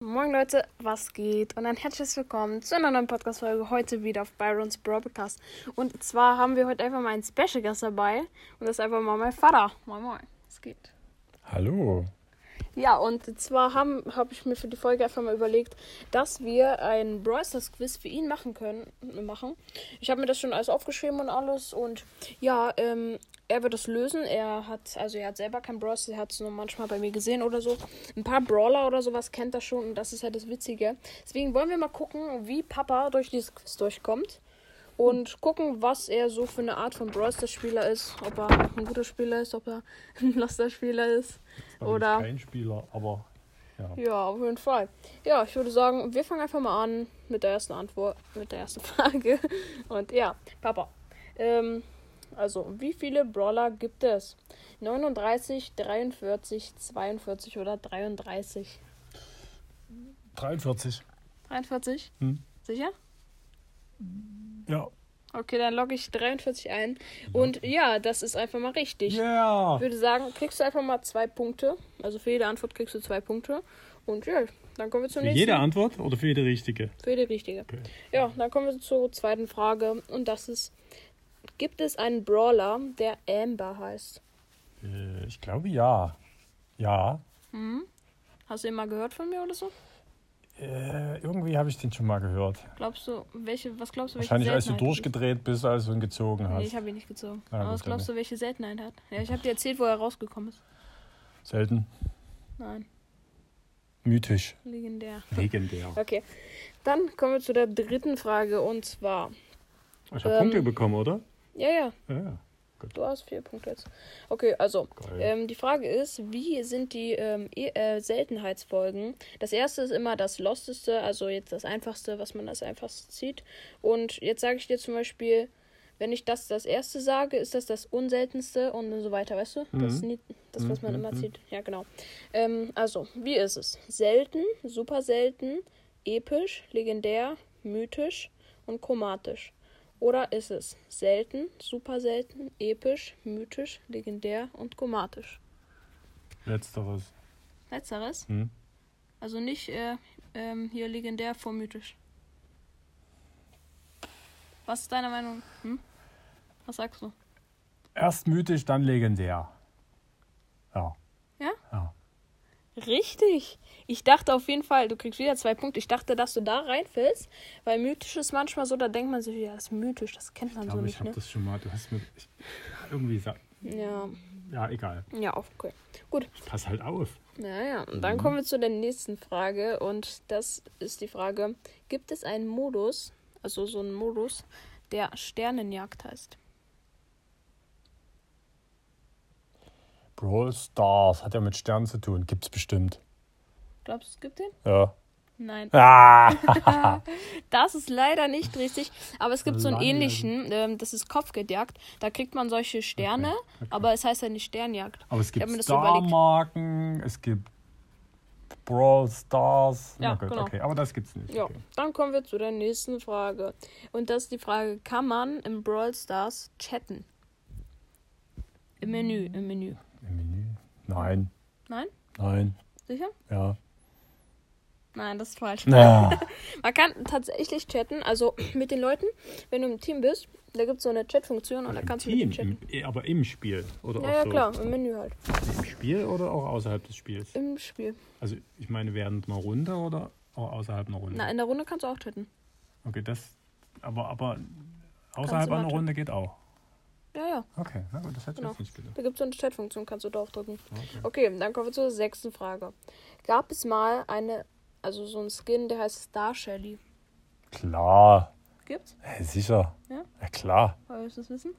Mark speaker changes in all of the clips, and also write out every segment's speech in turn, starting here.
Speaker 1: Moin Leute, was geht? Und ein herzliches Willkommen zu einer neuen Podcast-Folge heute wieder auf Byrons Broadcast. Und zwar haben wir heute einfach mal einen Special Gast dabei und das ist einfach mal mein Vater. Moin Moin, was geht?
Speaker 2: Hallo.
Speaker 1: Ja, und zwar habe hab ich mir für die Folge einfach mal überlegt, dass wir ein Brawl Stars Quiz für ihn machen können. Machen. Ich habe mir das schon alles aufgeschrieben und alles. Und ja, ähm, er wird das lösen. Er hat, also er hat selber kein Brawl Stars, er hat es nur manchmal bei mir gesehen oder so. Ein paar Brawler oder sowas kennt er schon und das ist ja das Witzige. Deswegen wollen wir mal gucken, wie Papa durch dieses Quiz durchkommt. Und gucken, was er so für eine Art von Brawl Stars Spieler ist. Ob er ein guter Spieler ist, ob er ein loster Spieler ist.
Speaker 2: Bei mir
Speaker 1: Oder-
Speaker 2: ist Kein Spieler, aber ja.
Speaker 1: Ja, auf jeden Fall. Ja, ich würde sagen, wir fangen einfach mal an mit der ersten Antwort, mit der ersten Frage. Und ja, Papa. Ähm, also, wie viele Brawler gibt es? 39, 43, 42 oder 33?
Speaker 2: 43.
Speaker 1: 43?
Speaker 2: Hm.
Speaker 1: Sicher?
Speaker 2: Ja.
Speaker 1: Okay, dann logge ich 43 ein. Und ja, das ist einfach mal richtig.
Speaker 2: Yeah.
Speaker 1: Ich würde sagen, kriegst du einfach mal zwei Punkte. Also für jede Antwort kriegst du zwei Punkte. Und ja, dann kommen wir zum
Speaker 2: Für
Speaker 1: nächsten.
Speaker 2: jede Antwort oder für jede richtige?
Speaker 1: Für die richtige.
Speaker 2: Okay.
Speaker 1: Ja, dann kommen wir zur zweiten Frage. Und das ist: Gibt es einen Brawler, der Amber heißt?
Speaker 2: Äh, Ich glaube ja. Ja.
Speaker 1: Hast du ihn mal gehört von mir oder so?
Speaker 2: Äh, irgendwie habe ich den schon mal gehört.
Speaker 1: Glaubst du, welche, was glaubst du, welche
Speaker 2: Wahrscheinlich als du
Speaker 1: Seltenheit das ist?
Speaker 2: durchgedreht bist, als du ihn gezogen
Speaker 1: Nee,
Speaker 2: hast.
Speaker 1: ich habe ihn nicht gezogen.
Speaker 2: Ah,
Speaker 1: Aber
Speaker 2: gut,
Speaker 1: was
Speaker 2: dann
Speaker 1: glaubst du, welche Seltenheit hat? Ja, ich habe dir erzählt, wo er rausgekommen ist.
Speaker 2: Selten.
Speaker 1: Nein,
Speaker 2: Mythisch.
Speaker 1: legendär.
Speaker 2: Legendär.
Speaker 1: Okay, dann kommen wir zu der dritten Frage. Und zwar:
Speaker 2: Ich habe
Speaker 1: Ähm.
Speaker 2: Punkte bekommen, oder?
Speaker 1: Ja, ja,
Speaker 2: Ja, ja.
Speaker 1: Du hast vier Punkte jetzt. Okay, also
Speaker 2: Geil.
Speaker 1: ähm, die Frage ist, wie sind die ähm, eh- äh, Seltenheitsfolgen? Das erste ist immer das Losteste, also jetzt das Einfachste, was man als Einfachste zieht. Und jetzt sage ich dir zum Beispiel, wenn ich das das Erste sage, ist das das Unseltenste und so weiter, weißt du? Das, nie- das was man immer zieht. Ja, genau. Ähm, also, wie ist es? Selten, super selten, episch, legendär, mythisch und chromatisch. Oder ist es selten, super selten, episch, mythisch, legendär und chromatisch?
Speaker 2: Letzteres.
Speaker 1: Letzteres?
Speaker 2: Hm.
Speaker 1: Also nicht äh, ähm, hier legendär vor mythisch. Was ist deine Meinung? Hm? Was sagst du?
Speaker 2: Erst mythisch, dann legendär. Ja.
Speaker 1: Ja?
Speaker 2: Ja.
Speaker 1: Richtig. Ich dachte auf jeden Fall, du kriegst wieder zwei Punkte. Ich dachte, dass du da reinfällst, weil mythisch ist manchmal so, da denkt man sich, ja, das ist mythisch, das kennt man
Speaker 2: Ich
Speaker 1: so
Speaker 2: glaube, ich
Speaker 1: nicht,
Speaker 2: habe
Speaker 1: ne?
Speaker 2: das schon mal. Du hast mir. Ich, irgendwie. sa-
Speaker 1: Ja,
Speaker 2: Ja, egal.
Speaker 1: ja, okay. Gut.
Speaker 2: Pass halt auf.
Speaker 1: Ja, ja. Und
Speaker 2: Mhm.
Speaker 1: dann kommen wir zu der nächsten Frage. Und das ist die Frage: Gibt es einen Modus, also so einen Modus, der Sternenjagd heißt?
Speaker 2: Brawl Stars hat ja mit Sternen zu tun. Gibt's bestimmt.
Speaker 1: Glaubst du, es gibt den?
Speaker 2: Ja.
Speaker 1: Nein.
Speaker 2: Ah!
Speaker 1: Das ist leider nicht richtig, aber es gibt so einen
Speaker 2: Leider.
Speaker 1: ähnlichen, ähm, das ist Kopfgeldjagd. Da kriegt man solche Sterne, aber es heißt ja nicht Sternjagd.
Speaker 2: Aber es
Speaker 1: Ich hab
Speaker 2: gibt
Speaker 1: mir das so überlegt.
Speaker 2: Star-Marken, es gibt Brawl Stars.
Speaker 1: Ja,
Speaker 2: Na gut,
Speaker 1: genau.
Speaker 2: okay. Aber das gibt's nicht.
Speaker 1: Ja,
Speaker 2: Okay.
Speaker 1: dann kommen wir zu der nächsten Frage. Und das ist die Frage, kann man im Brawl Stars chatten? Im Menü,
Speaker 2: Hm.
Speaker 1: im Menü.
Speaker 2: Im Menü. Nein,
Speaker 1: Nein?
Speaker 2: nein,
Speaker 1: Sicher?
Speaker 2: ja.
Speaker 1: Nein, das ist falsch.
Speaker 2: Na,
Speaker 1: Man kann tatsächlich chatten, also mit den Leuten, wenn du im Team bist, da gibt es so eine Chat-Funktion und da kannst du mit
Speaker 2: Team,
Speaker 1: denen chatten.
Speaker 2: im, eh, aber im Spiel. Oder
Speaker 1: Ja,
Speaker 2: auch
Speaker 1: ja,
Speaker 2: so
Speaker 1: klar, im Menü halt.
Speaker 2: im Spiel oder auch außerhalb des Spiels?
Speaker 1: Im Spiel.
Speaker 2: Also ich meine während einer Runde oder auch außerhalb einer Runde?
Speaker 1: Na, in der Runde kannst du auch chatten.
Speaker 2: Okay, das. Aber, aber außerhalb
Speaker 1: du mal
Speaker 2: einer
Speaker 1: tun.
Speaker 2: Runde geht auch.
Speaker 1: Ja, ja.
Speaker 2: Okay, na gut, das hätte ich
Speaker 1: Genau.
Speaker 2: jetzt nicht gedacht.
Speaker 1: Da gibt es so eine Chat-Funktion, kannst du draufdrücken.
Speaker 2: Okay.
Speaker 1: Okay, dann kommen wir zur sechsten Frage. Gab es mal eine, also so einen Skin, der heißt Star Shelly?
Speaker 2: Klar,
Speaker 1: Gibt's?
Speaker 2: Hey, sicher.
Speaker 1: Ja?
Speaker 2: ja klar,
Speaker 1: Wolltest du das wissen?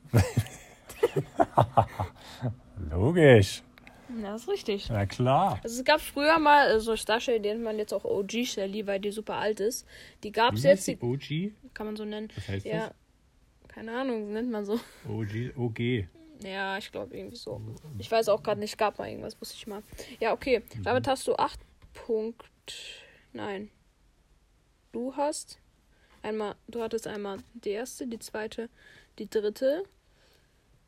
Speaker 2: logisch.
Speaker 1: Ja, das ist richtig.
Speaker 2: Na klar.
Speaker 1: Also es gab früher mal äh, so Star Shelly, die nennt man jetzt auch OG Shelly, weil die super alt ist. Die gab es
Speaker 2: Wie heißt
Speaker 1: jetzt, die
Speaker 2: die OG?
Speaker 1: kann man so nennen.
Speaker 2: Was heißt
Speaker 1: ja, keine Ahnung, nennt man so.
Speaker 2: das? OG, OG.
Speaker 1: Ja, ich glaube irgendwie so. Ich weiß auch gerade nicht, gab mal irgendwas, wusste ich mal. Ja, okay. Damit hast du 8 Punkt. Nein. Du hast einmal, du hattest einmal die erste, die zweite, die dritte.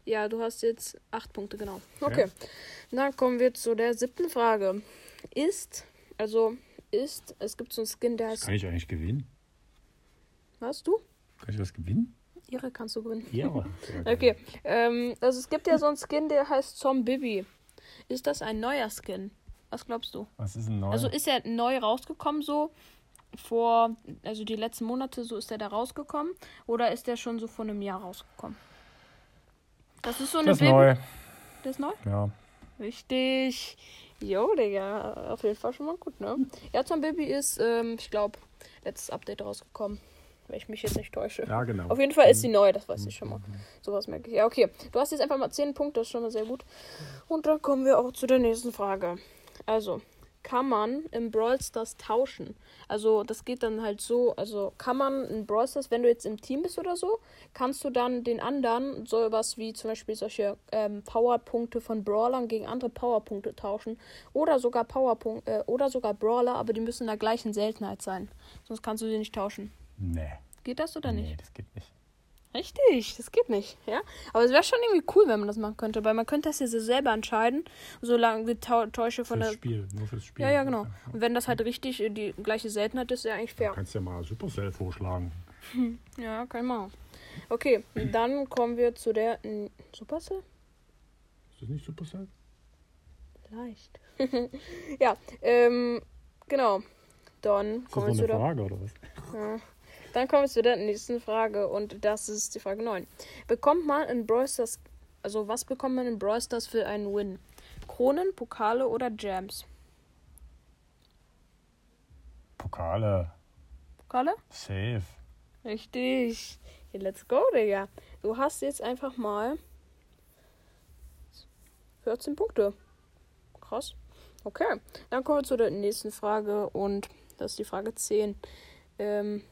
Speaker 1: Ja, du hast jetzt 8 Punkte, genau. Okay.
Speaker 2: Okay.
Speaker 1: Dann kommen wir zu der siebten Frage. Ist, also ist, es gibt so einen Skin, der heißt.
Speaker 2: Kann ich eigentlich gewinnen?
Speaker 1: Was du?
Speaker 2: Kann ich was gewinnen?
Speaker 1: Ihre kannst du gewinnen.
Speaker 2: Ja. aber-
Speaker 1: Okay. Ähm, also es gibt ja so einen Skin, der heißt Zombibi. Ist das ein neuer Skin? Was glaubst du?
Speaker 2: Was ist ein neuer?
Speaker 1: Also ist er neu rausgekommen so vor, also die letzten Monate so ist er da rausgekommen oder ist er schon so vor einem Jahr rausgekommen? Das ist so eine
Speaker 2: das ist
Speaker 1: Baby-
Speaker 2: neu.
Speaker 1: Das ist neu?
Speaker 2: Ja.
Speaker 1: Richtig. Jo, Digga. Auf jeden Fall schon mal gut, ne? Ja, zum Baby ist, ähm, ich glaube, letztes Update rausgekommen. Wenn ich mich jetzt nicht täusche.
Speaker 2: Ja, genau.
Speaker 1: Auf jeden Fall ist sie neu, das weiß ich schon mal. Sowas merke ich. Ja, okay. Du hast jetzt einfach mal 10 Punkte, das ist schon mal sehr gut. Und dann kommen wir auch zu der nächsten Frage. Also, kann man im Brawl Stars tauschen? Also, das geht dann halt so, also kann man in Brawl Stars, wenn du jetzt im Team bist oder so, kannst du dann den anderen sowas wie zum Beispiel solche ähm, Powerpunkte von Brawlern gegen andere Powerpunkte tauschen oder sogar Powerpunkt äh, oder sogar Brawler, aber die müssen in der gleichen Seltenheit sein. Sonst kannst du sie nicht tauschen.
Speaker 2: Nee.
Speaker 1: Geht das oder nicht?
Speaker 2: Nee, das geht nicht.
Speaker 1: Richtig, das geht nicht, ja. Aber es wäre schon irgendwie cool, wenn man das machen könnte, weil man könnte das ja so selber entscheiden, solange die Tau Täusche von
Speaker 2: Fürs
Speaker 1: der.
Speaker 2: Spiel, nur fürs Spiel.
Speaker 1: Ja, ja, genau. Und wenn das halt richtig äh, die gleiche Seltenheit ist, ist ja eigentlich fair.
Speaker 2: Du kannst ja mal Supercell vorschlagen.
Speaker 1: Ja, kann ich machen. Okay, dann kommen wir zu der. n- Supercell?
Speaker 2: Ist das nicht Supercell?
Speaker 1: Vielleicht. ja, ähm, genau. Dann
Speaker 2: Ist das
Speaker 1: kommen
Speaker 2: noch
Speaker 1: wir zu
Speaker 2: eine
Speaker 1: der.
Speaker 2: Frage oder was?
Speaker 1: Dann kommen wir zu der nächsten Frage und das ist die Frage 9. Bekommt man in Brawl Stars, also was bekommt man in Brawl Stars für einen Win? Kronen, Pokale oder Gems?
Speaker 2: Pokale.
Speaker 1: Pokale?
Speaker 2: Safe.
Speaker 1: Richtig. Ja, let's go, Digga. Du hast jetzt einfach mal 14 Punkte. Krass. Okay, dann kommen wir zu der nächsten Frage und das ist die Frage 10. Ähm,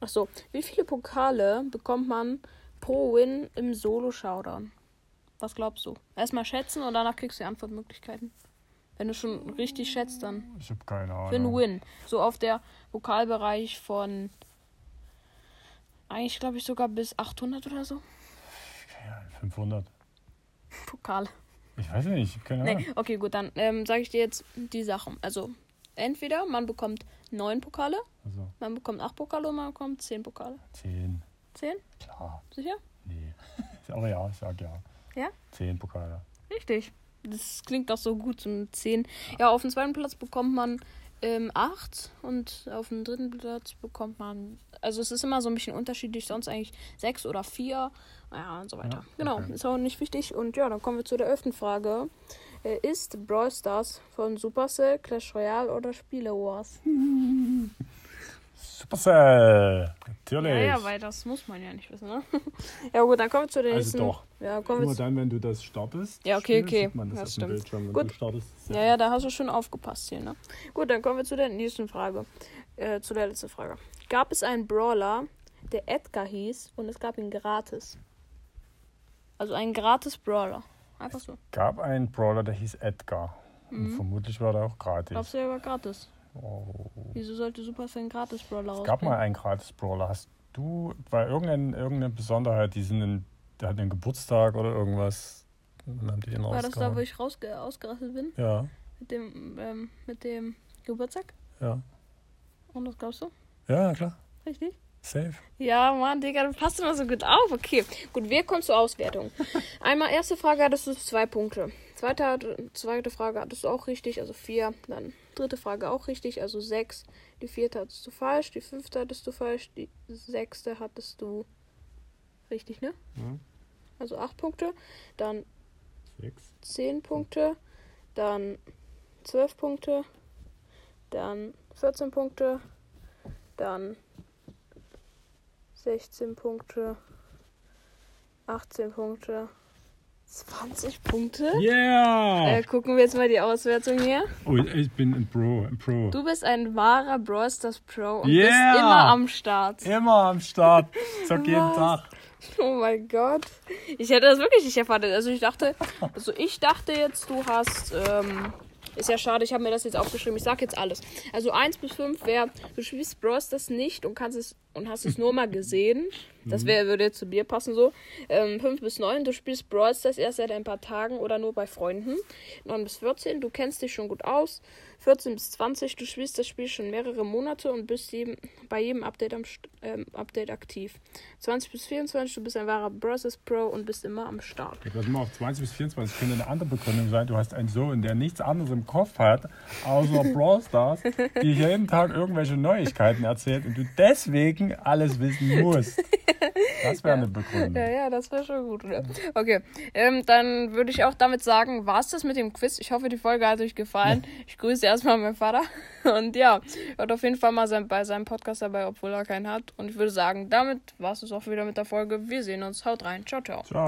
Speaker 1: achso, wie viele Pokale bekommt man pro Win im Solo-Showdown? Was glaubst du? Erstmal schätzen und danach kriegst du die Antwortmöglichkeiten. Wenn du schon richtig schätzt, dann.
Speaker 2: Ich hab keine Ahnung.
Speaker 1: Für einen Win. So auf der Vokalbereich von eigentlich glaube ich sogar bis 800 oder so.
Speaker 2: Ja, 500.
Speaker 1: Pokale.
Speaker 2: Ich weiß nicht, ich hab keine Ahnung.
Speaker 1: Nee, okay, gut, dann ähm, sage ich dir jetzt die Sachen. Also entweder man bekommt 9 Pokale,
Speaker 2: Also
Speaker 1: man bekommt 8 Pokale und man bekommt 10 Pokale.
Speaker 2: 10.
Speaker 1: 10?
Speaker 2: Klar.
Speaker 1: Sicher?
Speaker 2: Nee. Aber ja, ich sag ja.
Speaker 1: Ja?
Speaker 2: 10 Pokale.
Speaker 1: Richtig. Das klingt doch so gut, so eine 10. Ja, auf dem zweiten Platz bekommt man ähm, 8 und auf dem dritten Platz bekommt man. Also, es ist immer so ein bisschen unterschiedlich, sonst eigentlich 6 oder 4. Ja, und so weiter.
Speaker 2: Ja,
Speaker 1: Genau,
Speaker 2: okay.
Speaker 1: ist auch nicht wichtig. Und ja, dann kommen wir zu der elften Frage: äh, Ist Brawl Stars von Supercell, Clash Royale oder Spiele Wars?
Speaker 2: Supercell! Natürlich!
Speaker 1: Ja, ja, weil das muss man ja nicht wissen, ne? ja, gut, dann kommen wir zu den
Speaker 2: Also
Speaker 1: nächsten.
Speaker 2: doch.
Speaker 1: Ja, kommen wir
Speaker 2: Nur
Speaker 1: zu
Speaker 2: dann, wenn du das startest.
Speaker 1: Ja, okay,
Speaker 2: spielst,
Speaker 1: okay.
Speaker 2: Sieht man das,
Speaker 1: Das
Speaker 2: auf dem
Speaker 1: stimmt.
Speaker 2: Bildschirm, wenn
Speaker 1: Gut.
Speaker 2: du startest. ist
Speaker 1: Ja, ja, da hast du schon aufgepasst hier, ne? Gut, dann kommen wir zu der nächsten Frage. Äh, zu der letzten Frage. Gab es einen Brawler, der Edgar hieß und es gab ihn gratis? Also einen gratis Brawler. Einfach so.
Speaker 2: gab einen Brawler, der hieß Edgar.
Speaker 1: Mhm.
Speaker 2: Und vermutlich war der auch
Speaker 1: Glaubst
Speaker 2: gratis.
Speaker 1: du, der war gratis?
Speaker 2: Oh.
Speaker 1: Wieso sollte Supercell einen gratis Brawler
Speaker 2: Es gab mal
Speaker 1: rausbringen?
Speaker 2: einen gratis Brawler. Hast du bei irgendein, irgendeine Besonderheit, die sind in, der hat einen Geburtstag oder irgendwas? Und Dann haben die den
Speaker 1: War das da, wo
Speaker 2: rausgehauen.
Speaker 1: ich rausge ausgerastet bin?
Speaker 2: Ja,
Speaker 1: Mit dem, ähm, mit dem Geburtstag?
Speaker 2: ja.
Speaker 1: Und das glaubst du?
Speaker 2: Ja, klar.
Speaker 1: Richtig?
Speaker 2: Safe.
Speaker 1: Ja, Mann, Digga, du passt immer so gut auf. Okay, gut, wir kommen zur Auswertung. Einmal, erste Frage hattest du zwei Punkte. Zweite, zweite Frage hattest du auch richtig, also vier. Dann dritte Frage auch richtig, also sechs. Die vierte hattest du falsch, die fünfte hattest du falsch, die sechste hattest du richtig, ne?
Speaker 2: Mhm.
Speaker 1: Also acht Punkte, dann
Speaker 2: Sechs.
Speaker 1: zehn Punkte, dann zwölf Punkte, dann 14 Punkte, dann 16 Punkte, 18 Punkte, 20 Punkte.
Speaker 2: Yeah!
Speaker 1: Äh, gucken wir jetzt mal die Auswertung hier.
Speaker 2: Oh, ich bin ein Pro. Ein Pro.
Speaker 1: Du bist ein wahrer Brawl Stars Pro und
Speaker 2: Yeah!
Speaker 1: bist immer am Start.
Speaker 2: Immer am Start. Zock jeden
Speaker 1: Was?
Speaker 2: Tag.
Speaker 1: Oh mein Gott. Ich hätte das wirklich nicht erwartet. Also ich dachte, also ich dachte jetzt, du hast. Ähm, ist ja schade, ich habe mir das jetzt aufgeschrieben. Ich sag jetzt alles. Also 1 bis 5 wäre, du spielst Bros das nicht und kannst es und hast es nur mal gesehen. Das wär, würde jetzt zu dir passen so. Ähm, 5 bis 9, du spielst Brawl Stars erst seit ein paar Tagen oder nur bei Freunden. 9 bis 14, du kennst dich schon gut aus. 14 bis 20, du spielst das Spiel schon mehrere Monate und bist jedem, bei jedem Update, am, St- ähm, Update aktiv. 20 bis 24, du bist ein wahrer Brawl Stars Pro und bist immer am Start.
Speaker 2: Lass mal auf 20 bis 24 könnte eine andere Begründung sein. Du hast einen Sohn, der nichts anderes im Kopf hat, außer Brawl Stars, die jeden Tag irgendwelche Neuigkeiten erzählt und du deswegen alles wissen musst. Das wäre eine Begründung.
Speaker 1: Ja, ja, das wäre schon gut. Oder? Okay, ähm, dann würde ich auch damit sagen, war es das mit dem Quiz. Ich hoffe, die Folge hat euch gefallen. Ich grüße erstmal meinen Vater. Und ja, hört auf jeden Fall mal sein, bei seinem Podcast dabei, obwohl er keinen hat. Und ich würde sagen, damit war es auch wieder mit der Folge. Wir sehen uns. Haut rein. Ciao, ciao.
Speaker 2: Ciao.